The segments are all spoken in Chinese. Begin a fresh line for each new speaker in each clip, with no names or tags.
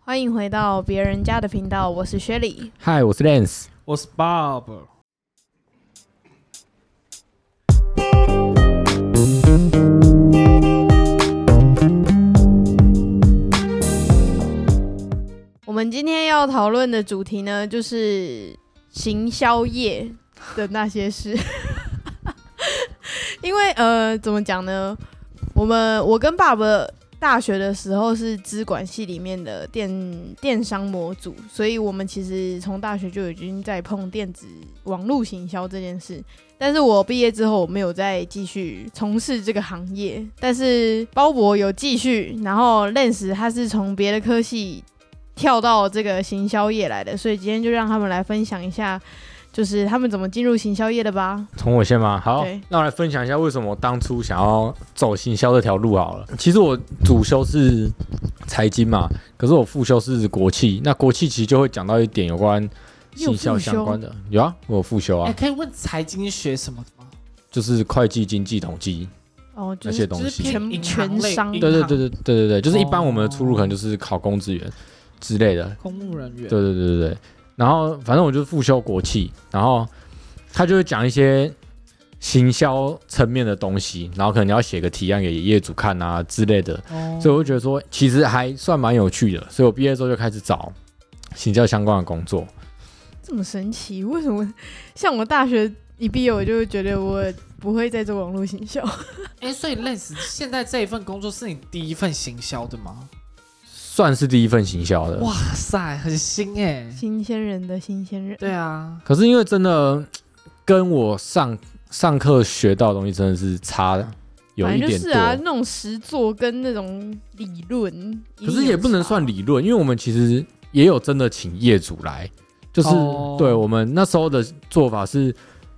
欢迎回到别人家的频道，我是薛礼。
嗨，我是 Lance。
我是 Bob。
我们今天要讨论的主题呢，就是行销业的那些事。 因为呃，怎么讲呢？我们我跟爸爸大学的时候是资管系里面的电电商模组，所以我们其实从大学就已经在碰电子网络行销这件事。但是我毕业之后，我没有再继续从事这个行业，但是鲍勃有继续，然后认识他是从别的科系跳到这个行销业来的，所以今天就让他们来分享一下，就是他们怎么进入行销业的吧。
从我先吗？好
对，
那我来分享一下为什么我当初想要走行销这条路好了。其实我主修是财经嘛，可是我副修是国企。那国企其实就会讲到一点有关
你有
行销
副修
相关的。有啊，我有副修
哎、
啊，
可以问财经学什么的吗？
就是会计、经济、统计
哦，就
那些
是
东
就是
西。
偏
全
银行类
全商
银行
对对对对对对对，就是一般
哦
我们的出路可能就是考公职员之类的。
公务人
对
员。
对对对对。然后反正我就是复修国企，然后他就会讲一些行销层面的东西，然后可能你要写个提案给业主看啊之类的，
哦
所以我就觉得说其实还算蛮有趣的，所以我毕业之后就开始找行销相关的工作。
这么神奇，为什么 像我大学一毕业，我就觉得我不会再做网络行销？
哎、所以 Lance 现在这一份工作是你第一份行销的吗？
算是第一份行销的，
哇塞，很新哎、
新鲜人的新鲜人，
对啊，
可是因为真的跟我上上课学到的东西真的是差有
反
一
正就
点
是
多，
啊，那种实作跟那种理论，啊
可是也不能算理论，因为我们其实也有真的请业主来，就是、
哦
对我们那时候的做法是，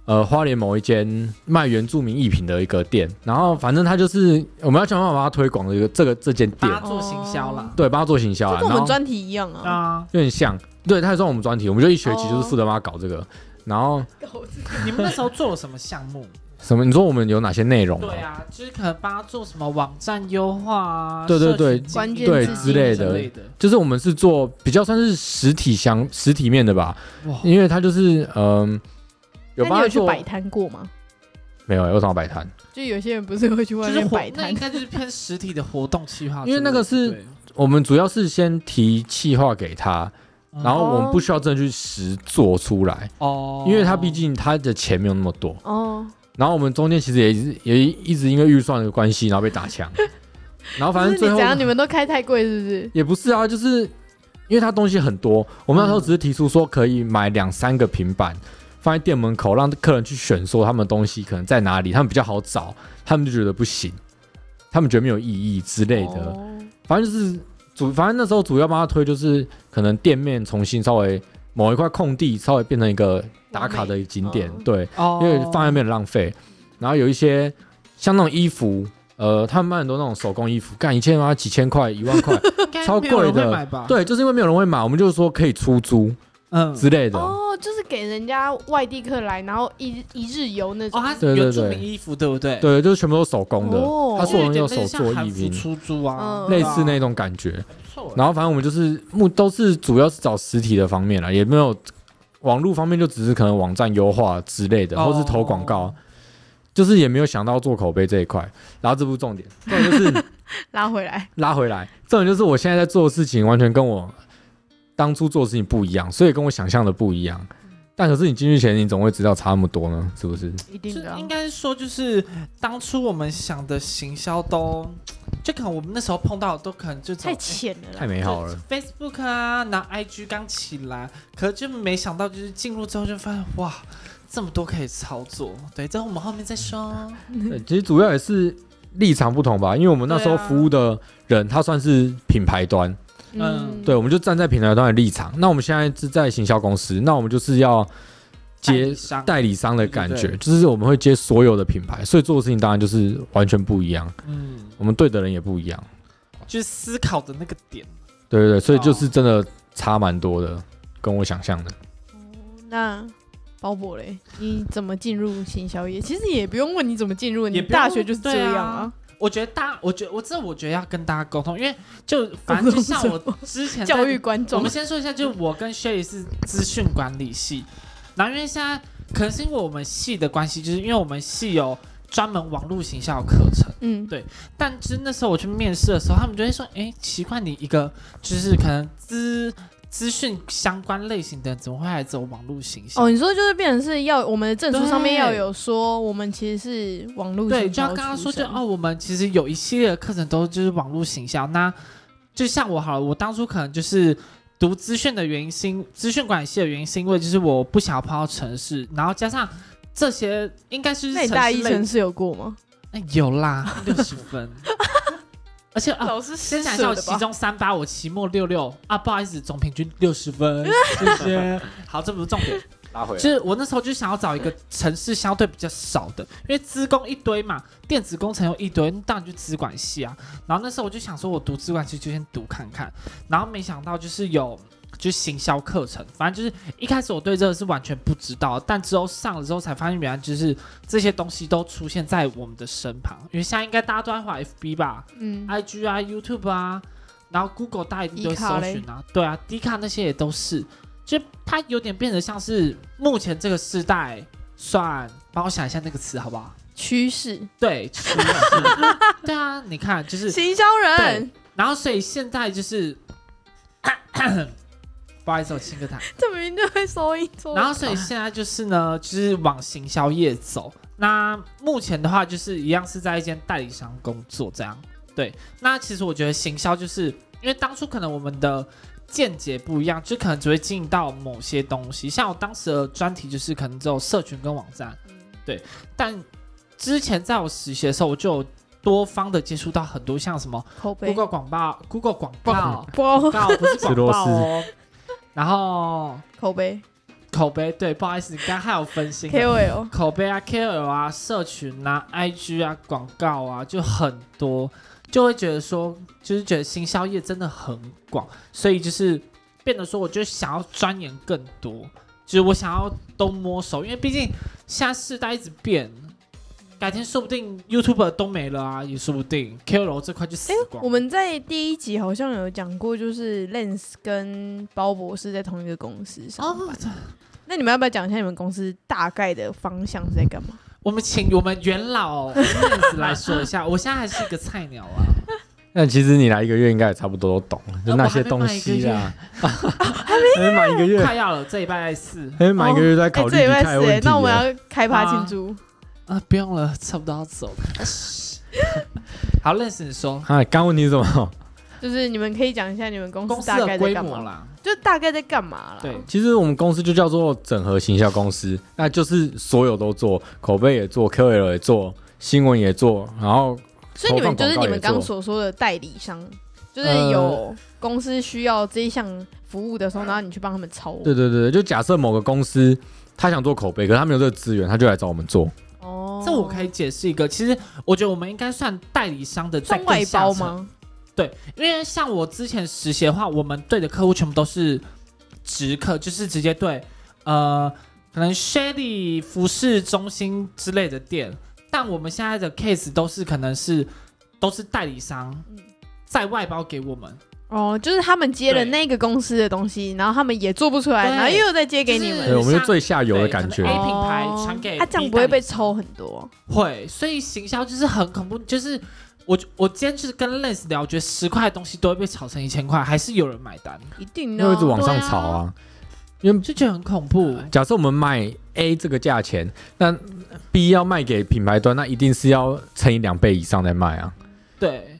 呃，花莲某一间卖原住民艺品的一个店，然后反正他就是我们要想办法把它推广的一个这个这间
帮
店，
他做行销啦。
对，帮他做行销
就啊
啊，
跟我
然
们
后
专题一样啊。
啊，
有点像，对，他也算我们专题，我们就一学期
哦
就是负责帮他搞这个，然后
你们那时候做了什么项目？
什么？你说我们有哪些内容吗？
对啊，就是可能帮他做什么网站优化啊，
对对
社群
对
经营
关键
对
字
之类的
之类的。
就是我们是做比较算是实体相实体面的吧，
哇，
因为他就是嗯、有
那
帮
你
他
有去
做
摆摊过吗？
没有？有什么摆摊？
就有些人不是会去外
就是
面
活
摆
那
摊
应，该就是偏实体的活动计划之类的，
因为那个是
对
我们主要是先提企划给他，
嗯
然后我们不需要真的去实做出来，
哦，
因为他毕竟他的钱没有那么多。
哦，
然后我们中间其实也一直也一直因为预算的关系，然后被 打枪。然后反正
就是
最
你
后
怎样，你们都开太贵是不是？
也不是啊，就是因为他东西很多，我们那时候
嗯
只是提出说可以买两三个平板放在店门口，让客人去选说他们的东西可能在哪里，他们比较好找，他们就觉得不行，他们觉得没有意义之类的。
哦
反正就是主，反正那时候主要帮他推就是可能店面重新稍微某一块空地稍微变成一个打卡的景点
完美，
对，
哦
因为放在那边很浪费。然后有一些像那种衣服，呃，他们卖很多那种手工衣服，干一千啊几千块、一万 块，
应该
超
没有人
贵的
会买吧？，
对，就是因为没有人会买，我们就是说可以出租
嗯，
之类的。
哦，就是给人家外地客来，然后一一日游那
哦，
种。
它
对对
是原住
对
民衣服，对不对？，
对，就是全部都手工的，
哦
它是我们用
有
手
点
做
像韩
艺
服
品，
出租啊
嗯，
类似那种感觉。
不错
然后反正我们就是目都是主要是找实体的方面了，也没有网络方面就只是可能网站优化之类的，
哦
或是投广告，就是也没有想到做口碑这一块。然后这不是重点，重点就是
拉回来，
拉回来，重点就是我现在在做的事情完全跟我当初做的事情不一样，所以跟我想象的不一样。但可是你进去前，你总会知道差那么多呢，是不是？
一定
就
的啊。
应该说，就是当初我们想的行销都，就可能我们那时候碰到的都可能就
太浅了
太
啦。
美好了。
f a c e b o o k 啊，然后 IG 刚起来，可是就没想到，就是进入之后就发现，哇，这么多可以操作。对，这我们后面再说。
对，呃其实主要也是立场不同吧，因为我们那时候
对啊
服务的人，他算是品牌端。
嗯
对，我们就站在品牌端的立场。那我们现在是在行销公司，那我们就是要
代
接
理商
代理商的感
对
觉，
对对
就是我们会接所有的品牌，所以做的事情当然就是完全不一样，
嗯，
我们对的人也不一样。
就是思考的那个点。
对对对，所以就是真的差蛮多的，跟我想象的。
那包勃嘞，你怎么进入行销业？其实也不用问你怎么进入，你
也不用
大学就是这样
对啊。我觉得大，我觉得我这我觉得要跟大家沟通，因为 就反正就像我之啊前在
教育观
我
众
们，先说一下，就是我跟 Sherry 是资讯管理系，然后因为现在可能是因为我们系的关系，就是因为我们系有专门网络行销的课程，
嗯，
但就是那时候我去面试的时候，他们就会说，哎，奇怪，你一个就是可能资资讯相关类型的人，怎么会来走网络行销？
哦，你说就是变成是要我们的证书上面
对
要有说我们其实是网络
对，
行
就
销
要跟他说
出
就，
身
哦，我们其实有一系列的课程都就是网络形象。那就像我好了，我当初可能就是读资讯的原因是因，资讯管理系的原因，是因为就是我不想要跑到城市，然后加上这些应该是
那你大
市
一
类
城市有过吗？
哎有啦，六十分， 而且啊。
老师
先讲一下，我期？中三八，我期末六六啊，不好意思，总平均六十分，谢谢。 好，这不是重点，
拉回来。
就是我那时候就想要找一个城市相对比较少的，因为资工一堆嘛，电子工程又一堆，当然就资管系啊。然后那时候我就想说，我读资管系就先读看看，然后没想到就是有就是行销课程，反正就是一开始我对这个是完全不知道，但之后上了之后才发现，原来就是这些东西都出现在我们的身旁。因为现在应该大家都在玩 FB 吧
嗯，
，IG 啊、YouTube 啊，然后 Google 大家一定都会
D 卡
搜
嘞
寻啊，对啊，D 卡那些也都是。就它有点变得像是目前这个时代，算帮我想一下那个词好不好？
趋势，
对，趋势 对啊，你看就是，
行销人，
然后所以现 在就是，不好意思，我亲个痰。
这明明就会收音错。啊
然后所以现在就是呢，就是往行销业走。那目前的话，就是一样是在一间代理商工作这样。对，那其实我觉得行销就是因为当初可能我们的见解不一样，就可能只会经营到某些东西。像我当时的专题就是可能只有社群跟网站，对。但之前在我实习的时候，我就有多方的接触到很多像什么
口碑
Google 广告、Google 广告、
包
广告不是
吃
广
螺
告
丝
哦，然后
口碑
口碑，对，不好意思，你刚刚还有分心。
KOL，
口碑啊、KOL 啊、社群啊、IG 啊、广告啊，就很多，就会觉得说，就是觉得行销业真的很广，所以就是变得说，我就想要钻研更多，就是我想要都摸熟，因为毕竟现在世代一直变，改天说不定 YouTube 都没了啊，也说不定 KOL 这块就死光。
我们在第一集好像有讲过，就是 Lens 跟包博士在同一个公司上
哦
班。，那你们要不要讲一下你们公司大概的方向是在干嘛？
我们请我们元老 Vince 来说一下，我现在还是一个菜鸟啊。
但其实你来一个月应该也差不多都懂了，就那些东西啦，还没满一个月，
快要了，这礼拜四
还没满一个月都在考
哎，
虑
这礼
离
拜
开
四、
的问
欸，
题
那我们
啊。
要开趴庆祝。
啊，不用了，差不多要走。 好，认识你说
啊，刚刚问题是什么？
就是你们可以讲一下你们公
公
司
司
大
的
概在
规
干
模
嘛，
啦，
就大概在干嘛啦？
对，
其实我们公司就叫做整合行销公司，那就是所有都做，口碑也做，KOL 也做，新闻也做，然后
所以你们就
投放
是
广告
你
也
们刚
做
所说的代理商，就是
呃
有公司需要这一项服务的时候，然后你去帮他们操。
对对对，对就假设某个公司他想做口碑，可是他没有这个资源，他就来找我们做。
哦，
这我可以解释一个。其实我觉得我们应该算代理商的在
算外包
吗？
吗？
因为像我之前实习的话，我们对的客户全部都是直客，就是直接对呃，可能 Shelly 服饰中心之类的店。但我们现在的 case 都是可能是都是代理商
嗯
在外包给我们，
哦，就是他们接了
对
那个公司的东西，然后他们也做不出来，
对
然后又再接给你
就
们
是
对，。我们就最下游的
对
感
可能
觉
A。
哦
品牌传给
他这样
B
不会
代理
被
商
抽很多，
会，所以行销就是很恐怖，就是我我今天就是跟 Lens 聊，我觉得十块的东西都会被炒成一千块，还是有人买单，
一定
因为
的
一直
哦。
往上
对啊
炒啊。
就觉得很恐怖。
假设我们卖 A 这个价钱，那 B 要卖给品牌端，那一定是要乘以两倍以上再卖啊，
对，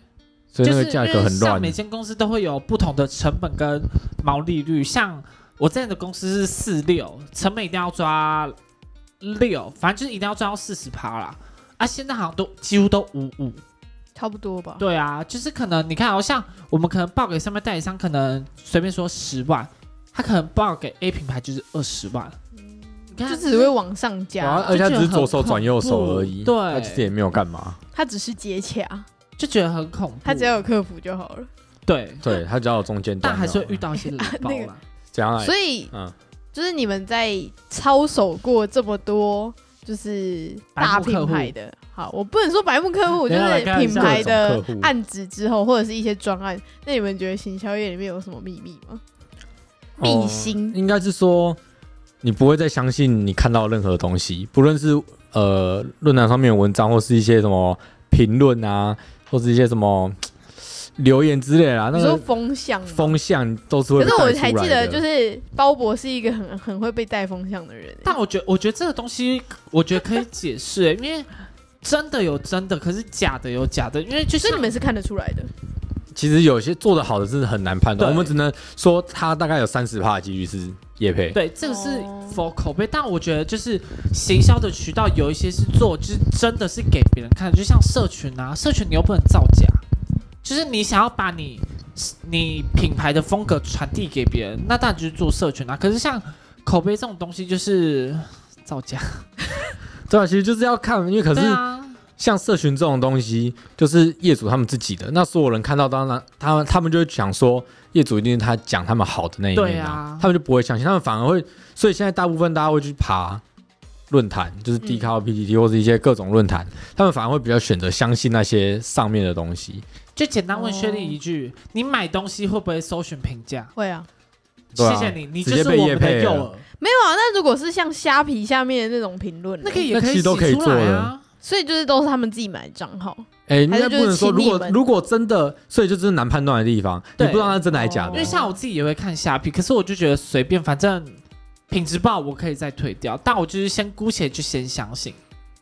所以那
就
个
是
价
因
格
为
很
像
乱
每。间公司都会有不同的成本跟毛利率，像我之前的公司是四六，成本一定要抓六，反正就是一定要抓到四十趴啦。啊，现在好像都几乎都五五，
差不多吧。
对啊，就是可能你看、哦，像我们可能报给上面代理商，可能随便说十万，他可能报给 A 品牌就是二十万，你看
就只会往上
哇
加，
啊而且它只是左手转右
就觉
手
得很
而已，
恐怖
它其实
对，
也没有干嘛。
他只是接
嗯
洽，
就觉得很恐怖。
他只要有客服就好了。
对，
对，它只要有中间
但
端就好
还
了，
是会遇到一些雷包
那
啦。
怎样来？
所以
嗯，
就是你们在操守过这么多就是大品牌的，好，我不能说白目客户，就
等一下
是
来看一
品
下
牌
各
的
种客户
案子之后，或者是一些专案。那你们觉得行销业里面有什么秘密吗？秘辛
哦应该是说你不会再相信你看到任何东西，不论是呃论坛上面的文章，或是一些什么评论啊，或是一些什么嘖留言之类的啊啦，那
你说
个
风向吗，
风向都是
可
会
是
被带出来
我
的。
还记得，就是鲍勃是一个很很会被带风向的人、欸
但我觉我觉得这个东西，我觉得可以解释、欸因为真的有真的，可是假的有假的，因为就
所以
是
你们是看得出来的。
其实有些做的好的是很难判断，
对
我们只能说它大概有三十帕的几率是叶配。
对这个是
哦
否口碑，但我觉得就是行销的渠道有一些是做，就是真的是给别人看的，就像社群啊，社群你又不能造假，就是你想要把你你品牌的风格传递给别人，那当然就是做社群啊。可是像口碑这种东西就是造假，
对啊，其实就是要看，因为可是
对啊，
像社群这种东西，就是业主他们自己的，那所有人看到，当然他们他们就会想说，业主一定是他讲他们好的那一
对
面
啊
他们就不会相信，他们反而会，所以现在大部分大家会去爬论坛，就是
嗯
D 卡、PPT 或者一些各种论坛，他们反而会比较选择相信那些上面的东西。
就简单问薛丽
哦
一句，你买东西会不会搜寻评价？
会啊，
对啊
谢谢你，你
直
就
接
是
被
我
业
们
配
的
了
诱饵，
没有啊。那如果是像虾皮下面的那种评论呢，
那个也
那
可
其
以
实都可以
洗出来啊。
所以就是都是他们自己买的账号。
哎、应
还是
该
就是
不能说，
请
如
你
果
们
如果真的，所以就真的难判断的地方，你
对
不知道它真的还假
哦
的
因为。像我自己也会看虾皮，可是我就觉得随便，反正品质不好我可以再退掉，但我就是先姑且就先相信。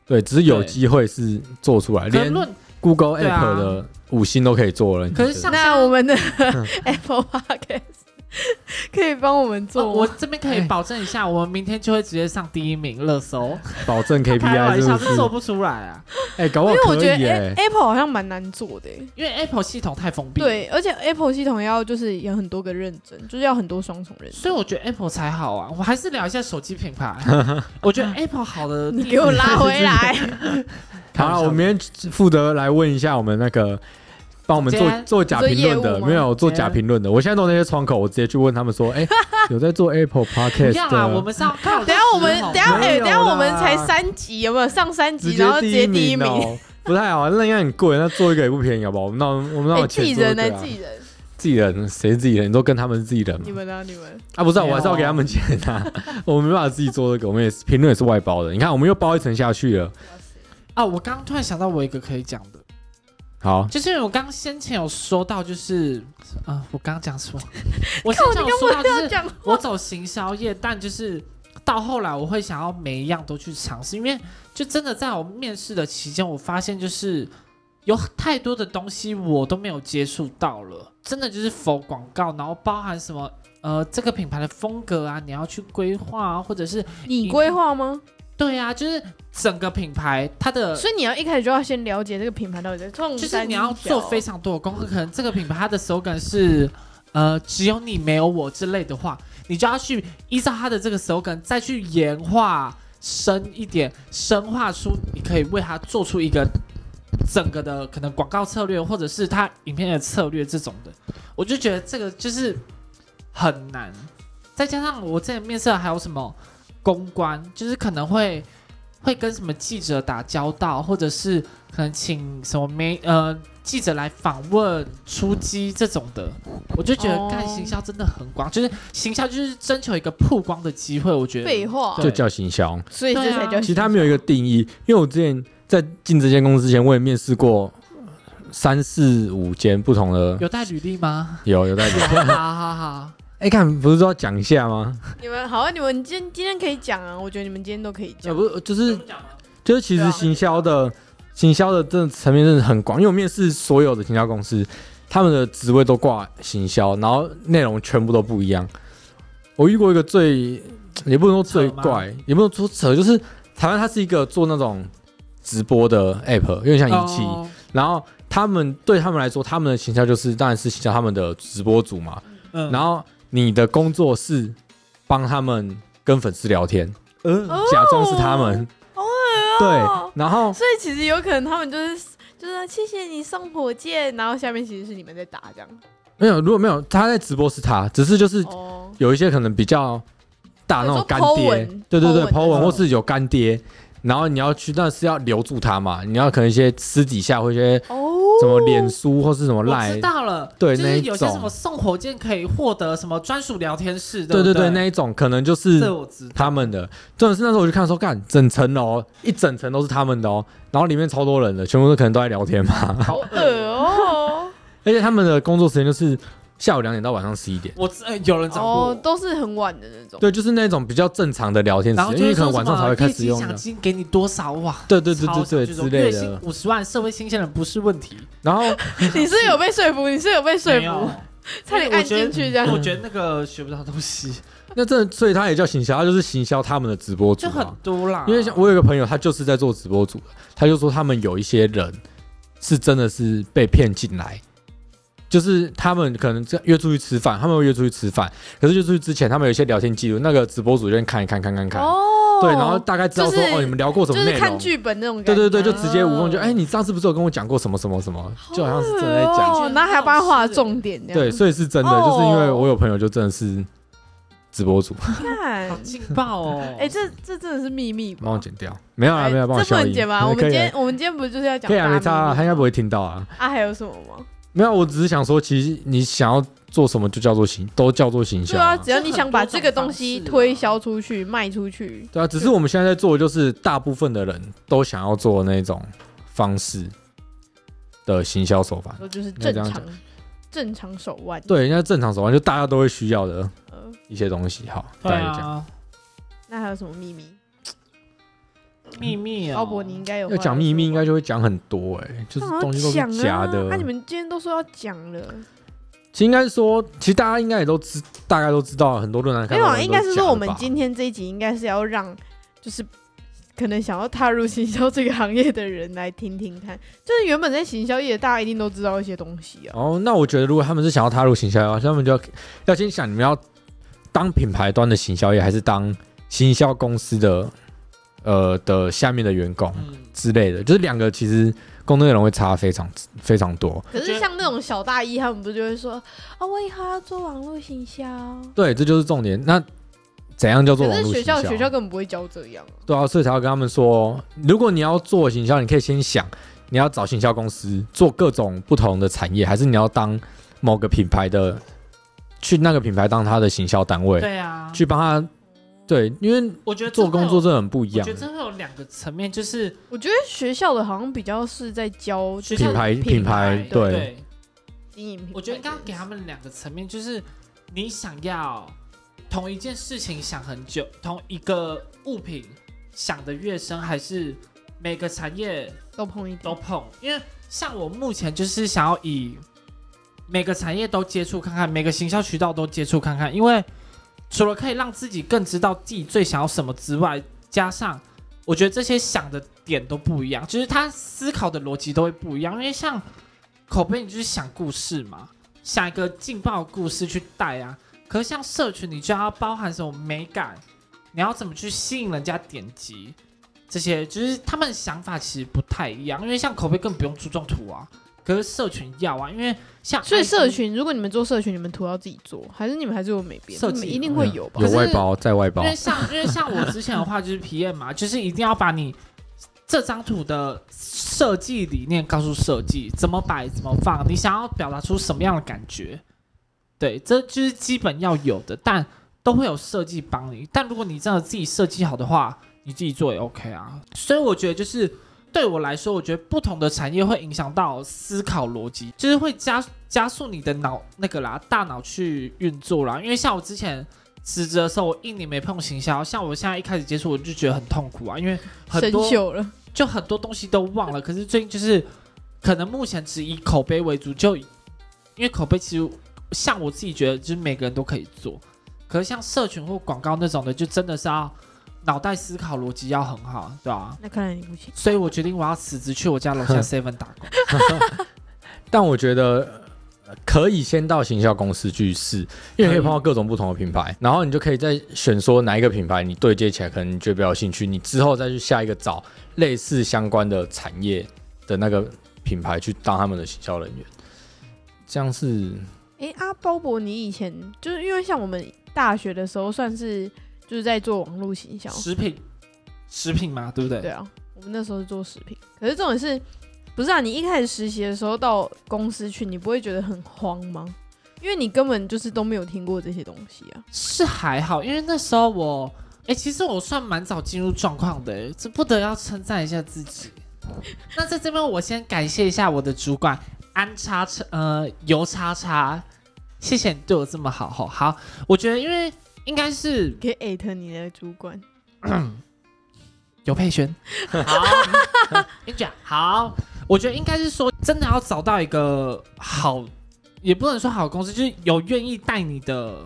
对，只是有
对
机会是做出来，
可是
连
论，
Google
对啊
App 的五星都可以做了。你
可是
觉得
像
那
现在
我们的
嗯
Apple Podcast 可以帮我们
呃
做吗、
我
哦
这边
哎
可以保证一下，我们明天就会直接上第一名哦 热搜。
保证
开
KPI
玩
是
笑，
不
这
是？
做不出来啊，
哎、搞不好
因为我
可
觉
以
得哎
耶
A-、Apple 好像蛮难做的欸、
因为 Apple 系统太封闭。。
对，而且 Apple 系统要就是有很多个认证，就是要很多双重认证。
所以我觉得 Apple 才好啊，我还是聊一下手机品 牌。我觉得 Apple 好的地方，
你给我拉回 来，
好啊了，我明天负责来问一下我们那个帮我们
总
做
监
做假
啊你说
评论的
业务，吗啊
没有做
总监
假评论的。我现在都有那些窗口，我直接去问他们说， 哎、有在做 Apple
不
Podcast
要
啊
啦，啊我
的。
们是要靠。
等一下我们等一下哎、
没有
等一下我们
啦
才三集有没有上三集，然后直接
接
第一
名
名，
哦，不太好，那应该很贵，那做一个也不便宜，好不好？我们那我们那
哎
有
自
钱
己
做一
人
个
呢、
啊
自己人，
自己人，谁自己人？你都跟他们是自己人吗
你？们呢？你们
啊，不是啊，
没有
我还是要给他们钱啊， 我们没办法自己做这个，我们也是评论也是外包的。你看，我们又包一层下去了。
啊，我刚刚突然想到我有一个可以讲的，
好，
就是我刚先前有说到，就是啊、我刚刚讲什么？我先前有说啊到，就
要
是
讲
我走行销业，但就是到后来我会想要每一样都去尝试，因为就真的在我面试的期间，我发现就是有太多的东西我都没有接触到了，真的就是否广告，然后包含什么呃这个品牌的风格啊，你要去规划啊，或者是
你规划吗？
对啊，就是整个品牌它的
所以你要一开始就要先了解这个品牌到底在冲，
就是你要做非常多的功课，可能这个品牌它的手感是呃只有你没有我之类的话，你就要去依照它的这个手感再去演化深一点，深化出你可以为它做出一个整个的可能广告策略，或者是它影片的策略这种的，我就觉得这个就是很难。再加上我之前面试还有什么公关，就是可能会会跟什么记者打交道，或者是可能请什么媒呃记者来访问、出击这种的，我就觉得
哦
干行销真的很广，就是行销就是征求一个曝光的机会，我觉
废
得。
话，
就叫行销。
所以这才
对
叫
啊
其实它没有一个定义，因为我之前在进这间公司之前，我也面试过三四五间不同的，
有带履历吗？
有有代表。
好好好，
哎，看不是说要讲一下吗？
你们好啊，你们今今天可以讲啊，我觉得你们今天都可以
也
讲。啊
呃不是，就是就是其
对
实
啊
行销的行销的这层面真的很广，因为我面试所有的行销公司，他们的职位都挂行销，然后内容全部都不一样。我遇过一个最，也不能说最
扯吗
怪，也不能说扯，就是台湾它是一个做那种直播的 app，有点像仪器。
哦
然后他们对他们来说，他们的形象就是当然是形象他们的直播主嘛。
嗯
然后你的工作是帮他们跟粉丝聊天，
嗯
哦
假装是他们。
好
对
恶哦，
然后
所以其实有可能他们就是就是谢谢你送火箭，然后下面其实是你们在打这样。
没有，如果没有他在直播是他，只是就是
哦，
有一些可能比较大那种干
有时候 po
爹
文，
对对对，
po
抛
文
文
的
或是有干爹，然后你要去，但是要留住他嘛，你要可能一些私底下或一些
哦，
什么脸书或是什么
我
赖
知，道了，
对
就
那
是
一
有些
种
什么送火箭可以获得什么专属聊天室，
对
对
对
不
对，那一种可能就是
这我知道。
他们的。重点是那时候我去看的时候，干整层楼一整层都是他们的哦，然后里面超多人的，全部都可能都在聊天嘛。
好
恶哦，
而且他们的工作时间就是下午两点到晚上十一点，
我知、呃有人找过
哦，
我，
都是很晚的那种。
对，就是那种比较正常的聊天时
然后
间，
就
因
是
为可能
说什
晚上才
么
会开
业
始
绩
用
奖
的。
金给你多少哇？
对对对
超
对对
想这
之
种
类
月薪
的。
五十万，社会新鲜人不是问题。
然后
你是有被说服，你是有被说
没
服啊
有，
差点按进去这样
因为。我觉得那个学不到东西，
那这所以他也叫行销，他就是行销他们的直播主、
就
啊，
很多啦。
因为像我有一个朋友，他就是在做直播主的，他就说他们有一些人是真的是被骗进来，就是他们可能在约出去吃饭，他们会约出去吃饭，可是约出去之前，他们有一些聊天记录，那个直播主就先看一看，看看看，
哦，
对，然后大概知道说、
就是
哦，你们聊过什
就
么内
是看
容。
剧本那种感
对
觉。
对对，就直接无缝就
啊
哎、你上次不是有跟我讲过什么什么什么，就好像是真的在
好
讲，
恶哦然后还帮他画重点这样。
对，所以是真的，
哦
就是因为我有朋友就真的是直播主，
看
好，劲爆哦！
哎，这这真的是秘密吧
帮我剪掉，没有啊，
哎
没有帮我
这不
消
能
音，
剪吧？我们
可
今
以啊
天我们今天不就是要讲
可以啊，没
大
差啊，
秘密
他应该不会听到啊。
啊？还有什么吗？
没有，我只是想说，其实你想要做什么，就叫做行，都叫做行销、
对啊，
啊。
只要你想把这个东西推销出去、卖出去，
对啊，只是我们现在在做，的就是大部分的人都想要做那种方式的行销手法。
说就是正
应该这
常
样
正常手腕。
对，人家正常手腕就大家都会需要的
呃，
一些东西。好，大
对
概就这样。
啊，
那还有什么秘密？
秘密哦。
高博，你应该有话
啊要讲秘密，应该
说吧
就会讲很多哎、就是
干嘛
东西都
讲
是假的
啊。那、你们今天都说要讲了，
其实应该是说，其实大家应该也都知，大概都知道很多论坛
没
看
有
到
啊，
的
应
都假的吧。
该是说我们今天这一集应该是要让，就是可能想要踏入行销这个行业的人来听听看，就是原本在行销业，大家一定都知道一些东西啊。
哦，那我觉得如果他们是想要踏入行销的话，他们就要要先想你们要当品牌端的行销业，还是当行销公司的呃的下面的员工
嗯，
之类的，就是两个其实工作内容会差非常非常多。
可是像那种小大一，他们不就会说啊，我以后要做网络行销。
对，这就是重点。那怎样叫做
可
网
是
络
学
行
校
销？
学校根本不会教这样啊、
对啊，所以才要跟他们说，如果你要做行销，你可以先想你要找行销公司做各种不同的产业，还是你要当某个品牌的去那个品牌当他的行销单位。
对啊，
去帮他，对，因为
我觉得
做工作真
这
的很不一
我
样
觉得。真的有两个层面，就是
我觉得学校的好像比较是在教就
学
是
校
牌
品
品牌
牌
对
对，
经营品牌
我觉得刚刚给他们两个层面，就是你想要同一件事情想很久，同一个物品想的越深，还是每个产业
都碰一
都
点，
碰？因为像我目前就是想要以每个产业都接触看看，每个行销渠道都接触看看，因为除了可以让自己更知道自己最想要什么之外，加上我觉得这些想的点都不一样，就是他思考的逻辑都会不一样。因为像口碑，你就是想故事嘛，想一个劲爆的故事去带啊。可是像社群，你就要包含什么美感，你要怎么去吸引人家点击，这些就是他们想法其实不太一样。因为像口碑更不用注重图啊，可是社群要啊，因为像
所以
IG
社群，如果你们做社群，你们图要自己做，还是你们还是有美编？
设计
你们一定会有吧？
嗯有啊
可
外
是
包，在外包
因，为像因为像我之前的话就是 PM 嘛，就是一定要把你这张图的设计理念告诉设计，怎么摆怎么放，你想要表达出什么样的感觉，对，这就是基本要有的，但都会有设计帮你。但如果你真的自己设计好的话，你自己做也 OK 啊。所以我觉得就是对我来说，我觉得不同的产业会影响到思考逻辑，就是会加加速你的脑那个啦，大脑去运作啦。因为像我之前辞职的时候，我一年没碰行销，像我现在一开始接触，我就觉得很痛苦啊，因为很
生
多
锈了，
就很多东西都忘了。可是最近就是可能目前只以口碑为主，就以因为口碑其实像我自己觉得，就是每个人都可以做。可是像社群或广告那种的，就真的是要脑袋思考逻辑要很好，对吧、
那看来你不行。
所以我决定我要辞职去我家楼下 Seven 打工。
但我觉得。呃可以先到行销公司去试，因为可以碰到各种不同的品牌，然后你就可以再选说哪一个品牌你对接起来可能你觉得比较有兴趣，你之后再去下一个找类似相关的产业的那个品牌去当他们的行销人员，这样是
哎、啊，包博，你以前就是因为像我们大学的时候，算是就是在做网络行销，
食品，食品嘛，对不对？
对啊，我们那时候是做食品，可是重点是，不是啊？你一开始实习的时候到公司去，你不会觉得很慌吗？因为你根本就是都没有听过这些东西啊。
是还好，因为那时候我，哎、其实我算蛮早进入状况的，这不得要称赞一下自己。 那在这边，我先感谢一下我的主管安叉叉，呃，尤叉叉，谢谢你对我这么好吼。好，我觉得因为应该是
可以艾特你的主管，
尤佩轩，好， 你讲好，我觉得应该是说，真的要找到一个好，也不能说好公司，就是有愿意带你的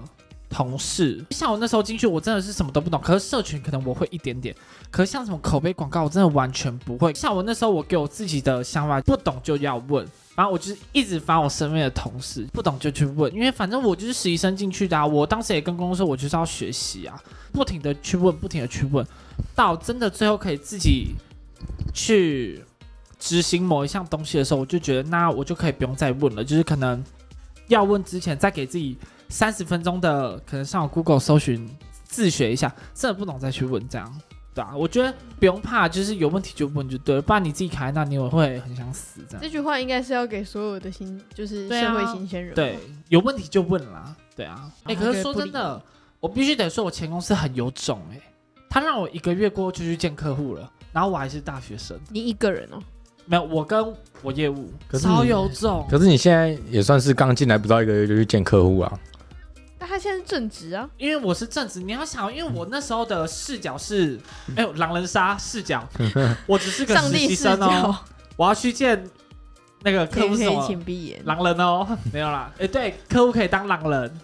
同事。像我那时候进去，我真的是什么都不懂，可是社群可能我会一点点，可是像什么口碑广告，我真的完全不会。像我那时候，我给我自己的想法，不懂就要问。然后我就是一直翻我身边的同事，不懂就去问，因为反正我就是实习生进去的、啊，我当时也跟公司说，我就是要学习啊，不停的去问，不停的去问，到真的最后可以自己去执行某一项东西的时候，我就觉得那我就可以不用再问了，就是可能要问之前再给自己三十分钟的，可能上网 Google 搜寻自学一下，真的不懂再去问这样。对啊，我觉得不用怕，就是有问题就问就对了，不然你自己卡在那，你也会很想死这样。
这句话应该是要给所有的新，就是
对
社
啊
会新鲜人、
对，，有问题就问啦。对啊，哎、
然后
可
就是
说
不
真
理
的，我必须得说，我前公司很有种哎、他让我一个月过后就去见客户了，然后我还是大学生，
你一个人哦、
没有，我跟我业务
可是你
超有种，
可是你现在也算是刚进来不到一个月就去见客户啊，
那他现在是正职啊，
因为我是正职，你要想，因为我那时候的视角是，哎呦，狼人杀视 角，我只是个
上
实
帝
习
视角
生， 哦，我要去见那个客
可以
户是
可
什
以
么
请闭眼。
狼人哦，没有啦，哎、对，客户可以当狼人，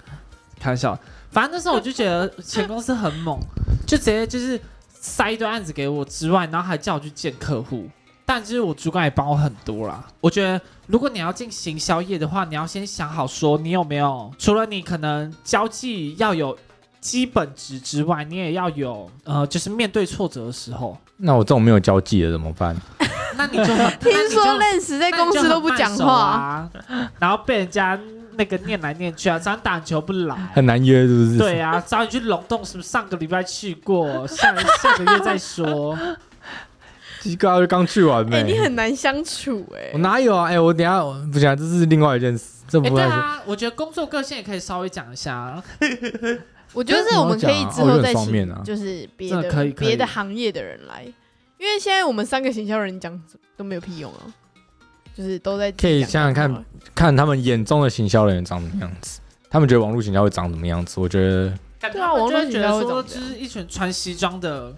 开玩笑。反正那时候我就觉得前公司很猛， 就直接就是塞一堆案子给我之外，然后还叫我去见客户。但其实我主管也帮我很多啦。我觉得如果你要进行销业的话，你要先想好说你有没有，除了你可能交际要有基本值之外，你也要有呃，就是面对挫折的时候，
那我这种没有交际的怎么办？
那你就 很那
听
你就
说认识在
那你
公
就
司都
很
不
慢
讲
手
话，
啊，然后被人家那个念来念去啊，常常打球不来。
很难约是不是？
对 啊，找你去龙洞是不是？上个礼拜去过，下下个月再 说。
鸡哥就刚去完
哎、
没？
你很难相处哎、
我哪有啊？哎、我等一下我不行啊，这是另外一件事，这
哎、
不
对
太是。
啊，我觉得工作个性也可以稍微讲一下啊。
我觉得这我们可以之后再
哦有点双面啊
请，就是别
真的可
的
以可以
别的行业的人来，因为现在我们三个行销人讲都没有屁用啊，就是都在
可以
讲
想想看
干话
看他们眼中的行销人员长什么样子，他们觉得网络行销会长什么样子？我觉得
感觉
对啊
他们
网
就
络
会觉
行销
得
会
说，
长
就
这样
是一群穿西装的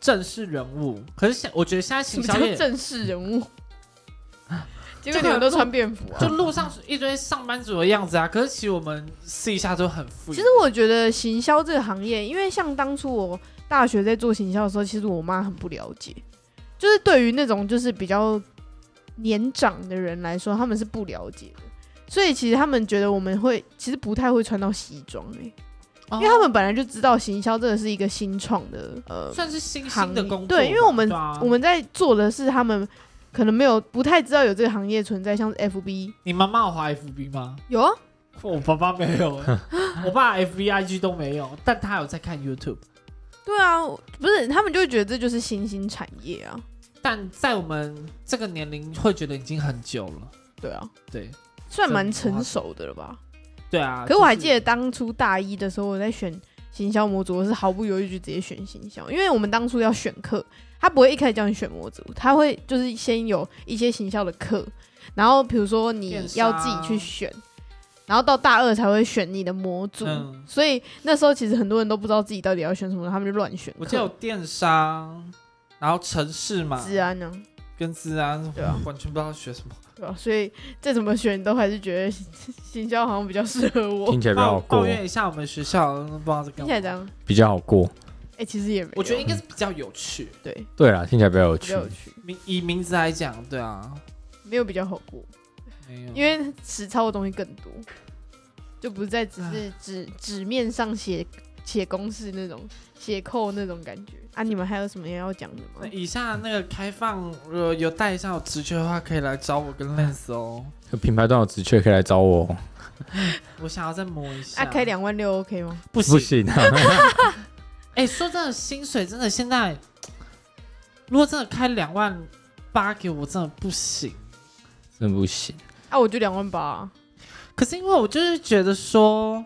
正式人物。可是现我觉得现在
什
行
么
销
叫
业，
正式人 物？结果你们都穿便服
就
啊！
路上一堆上班族的样子啊。可是其实我们私底下都很富裕。
其实我觉得行销这个行业，因为像当初我大学在做行销的时候，其实我妈很不了解，就是对于那种就是比较年长的人来说，他们是不了解的，所以其实他们觉得我们会其实不太会穿到西装诶、
哦，
因为他们本来就知道行销这个是一个新创的呃
算是新
行
兴
业
的工作吧，
对，因为我们、
对啊
我们在做的是他们可能没有不太知道有这个行业存在，像是 FB
你妈妈有滑 FB 吗？
有啊，
我爸爸 没有，我爸 FB、IG 都没有，但他有在看 YouTube。
对啊，不是他们就会觉得这就是新兴产业啊，
但在我们这个年龄，会觉得已经很久了。
对啊，
对，
算蛮成熟的了吧？
对啊。
可我还记
就
得
是
当初大一的时候，我在选行销模组，我是毫不犹豫就直接选行销，因为我们当初要选课，他不会一开始叫你选模组，他会就是先有一些行销的课，然后比如说你
电商
要自己去选，然后到大二才会选你的模组。
嗯，
所以那时候其实很多人都不知道自己到底要选什么，他们就乱选课。
我记得有电商，然后城市嘛，
治安呢、
跟治安，
啊对啊
完全不知道学什么。
对吧、所以再怎么选都还是觉得行销好像比较适合我
听。起来比较
抱
好过
抱，怨一下我们学校，不知道在
听起来
干
这
嘛。
样，
比较好过。
哎、其实也没有，
我觉得应该是比较有趣。
对，
对啦，听起来比较有
比
趣
较。有趣，
名以名字来讲，对啊，
没有比较好过，
没有，
因为实操的东西更多，就不再只是纸纸面上写写公式那种写扣那种感觉啊。你们还有什么要讲的
那
吗？
以下那个开放，如果有带上有职缺的话，可以来找我跟 Lance 哦。
品牌端有职缺可以来找我哦，
我想要再摸一下。
啊啊，开两万六 OK 吗？
不
不
行，
行啊，
哎、哎，说真的，薪水真的现在，如果真的开两万八给我，真的不行。
真不行。
啊，我就两万八，
可是因为我就是觉得说，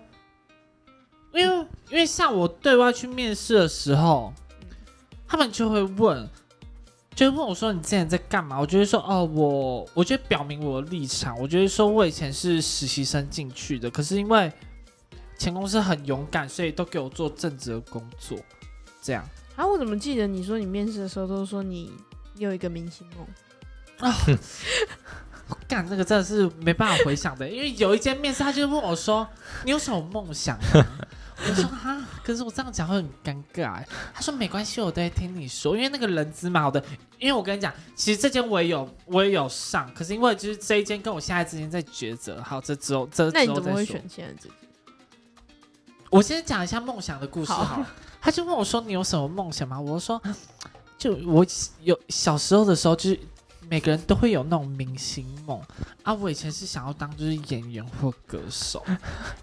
因为因为像我对外去面试的时候，他们就会问，就会问我说你之前在干嘛？我就会说哦，我我就会表明我的立场，我就会说我以前是实习生进去的，可是因为前公司很勇敢，所以都给我做正职的工作，这样。
啊，我怎么记得你说你面试的时候都说你有一个明星梦？
干那个真的是没办法回想的，因为有一间面试，他就问我说：“你有什么梦想、啊？” 我说：“哈，可是我这样讲会很尴尬。”哎，他说：“没关系，我都会听你说，因为那个人资嘛，我的，因为我跟你讲，其实这间我也有，我也有上，可是因为就是这一间跟我现在之间在抉择，好，这之后这
那你
之后
怎么
再
会
说
选现在这个？
我先讲一下梦想的故事
好
好了。他就问我说：“你有什么梦想吗？”我说：“就我有小时候的时候，就是每个人都会有那种明星梦啊。我以前是想要当就是演员或歌手。”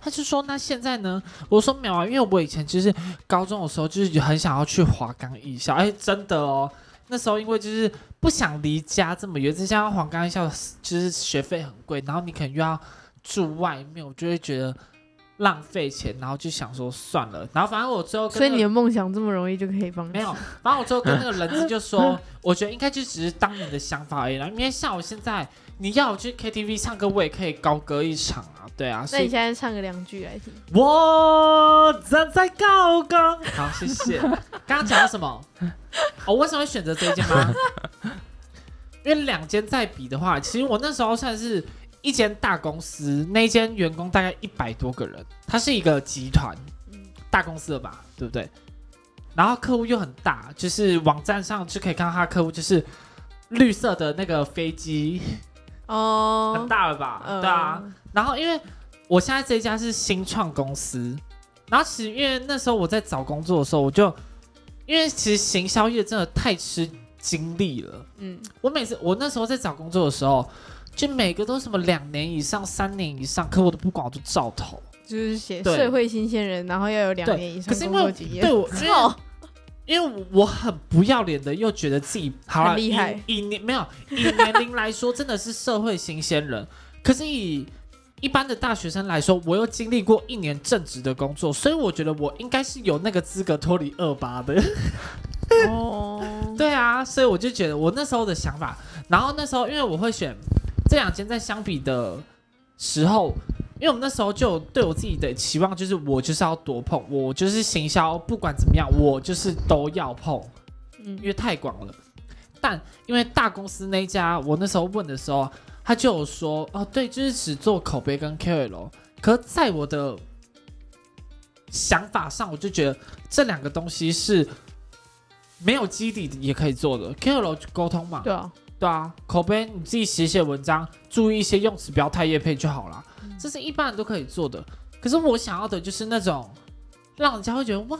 他就说：“那现在呢？”我说：“没有啊，因为我以前就是高中的时候，就是很想要去华冈艺校。哎，真的哦，那时候因为就是不想离家这么远，再加上华冈艺校就是学费很贵，然后你可能又要住外面，我就会觉得。”浪费钱，然后就想说算了，然后反正我最后跟
所以
那
你
个
的梦想这么容易就可以放弃？
没有，反正我最后跟那个人资就说， 我觉得应该就只是当你的想法而已啦。因为像我现在，你要我去 KTV 唱歌，我也可以高歌一场啊，对啊。所
那你
以
现在唱个两句来听。
我站在高岗。好，谢 谢。刚刚讲到什么？哦，我为什么会选择这一 间吗？因为两间在比的话，其实我那时候算是一间大公司，那一间员工大概一百多个人，它是一个集团，大公司了吧，对不对？然后客户又很大，就是网站上就可以看到他的客户就是绿色的那个飞机，很
哦，
大了吧？对啊，
嗯，
然后因为我现在这一家是新创公司，然后其实因为那时候我在找工作的时候，我就因为其实行销业真的太吃精力了。
嗯，
我每次我那时候在找工作的时候，就每个都什么两年以上、三年以上，可我都不管，我都照投。
就是写
对
社会新鲜人，然后要有两
对
年以上
可是因
工
为
作经验。
对我，因为
哦，
因为我很不要脸的，又觉得自己好了
很厉害
以以年没有以年龄来说，真的是社会新鲜人。 可是以一般的大学生来说，我又经历过一年正职的工作，所以我觉得我应该是有那个资格脱离二八的。
哦，
对啊，所以我就觉得我那时候的想法，然后那时候因为我会选这两间在相比的时候，因为我们那时候就有对我自己的期望就是我就是要多碰，我就是行销，不管怎么样，我就是都要碰。
嗯
因为太广了。但因为大公司那一家，我那时候问的时候，他就有说，哦，对，就是只做口碑跟 KOL。可在我的想法上，我就觉得这两个东西是没有基底也可以做的，KOL 沟通嘛，
对啊，
对啊，口碑你自己写写文章，注意一些用词，不要太叶配就好啦。
嗯
这是一般人都可以做的。可是我想要的就是那种让人家会觉得哇，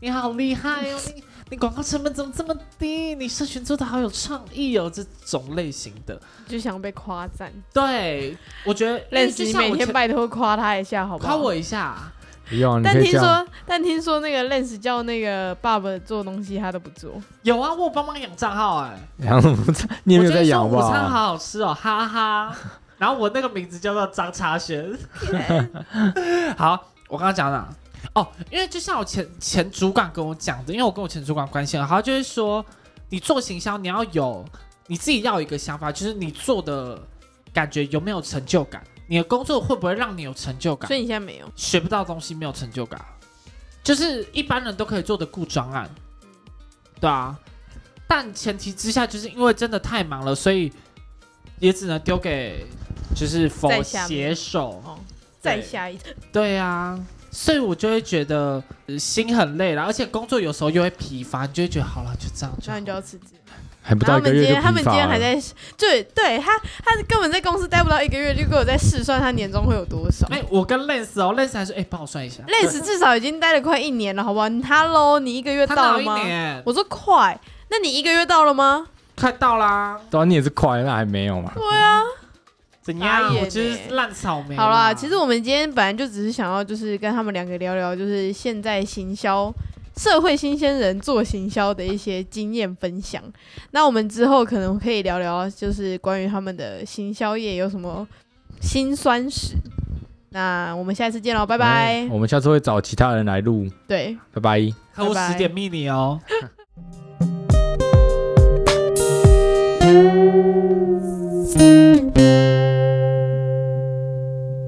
你好厉害 哦，你你广告成本怎么这么低？你社群做的好有创意哦，这种类型的。
就想被夸赞。
对，我觉得
认
类似
识你
像
每
我
天
前
拜托夸他一下，好不
夸
好？
我一下，
不用啊，你
但
可以
听
这样。
说，但听说那个 Lens 叫那个爸爸做东西，他都不做。
有啊，我有帮忙养账号哎、
养什么餐？ 你也没有在养
我就说午餐
吧？
好好吃哦，哈哈。 然后我那个名字叫做张茶轩。好，我刚刚讲了哦，因为就像我前前主管跟我讲的，因为我跟我前主管关系很好，他就是说你做行销你要有你自己要有一个想法，就是你做的感觉有没有成就感，你的工作会不会让你有成就感
所？以你现在没有，
学不到东西，没有成就感，就是一般人都可以做的故障案，对啊。但前提之下，就是因为真的太忙了，所以也只能丢给就是否
在下面
携手，
哦，
对
再下一次。
对啊。所以我就会觉得呃心很累了，而且工作有时候又会疲乏，你就会觉得好了，就这样就
那
好
你就要辞职。
还不
然
到
后他
一个
们今
月就
天，他们今
疲乏
天还
了。
在，对对，他他根本在公司待不到一个月，就给我在试算他年终会有多少。
哎、我跟 Lens 哦，Lens 还说，哎、帮我算一下，
Lens 至少已经待了快一年了，好不好？你他喽，你一个月
他
到
到
了
一
吗？
年，
我说快，那你一个月到了吗？啊
快到啦，
对啊，你也是快，那还没有嘛？
怎
傻
样？
眼
我就是
欸
烂草莓。
好啦，其实我们今天本来就只是想要，就是跟他们两个聊聊，就是现在行销社会新鲜人做行销的一些经验分享。那我们之后可能可以聊聊，就是关于他们的行销业有什么辛酸史。那我们下次见
哎
喽，拜拜。
我们下次会找其他人来录，
对，
拜拜。
可我
拜拜
十点密你哦。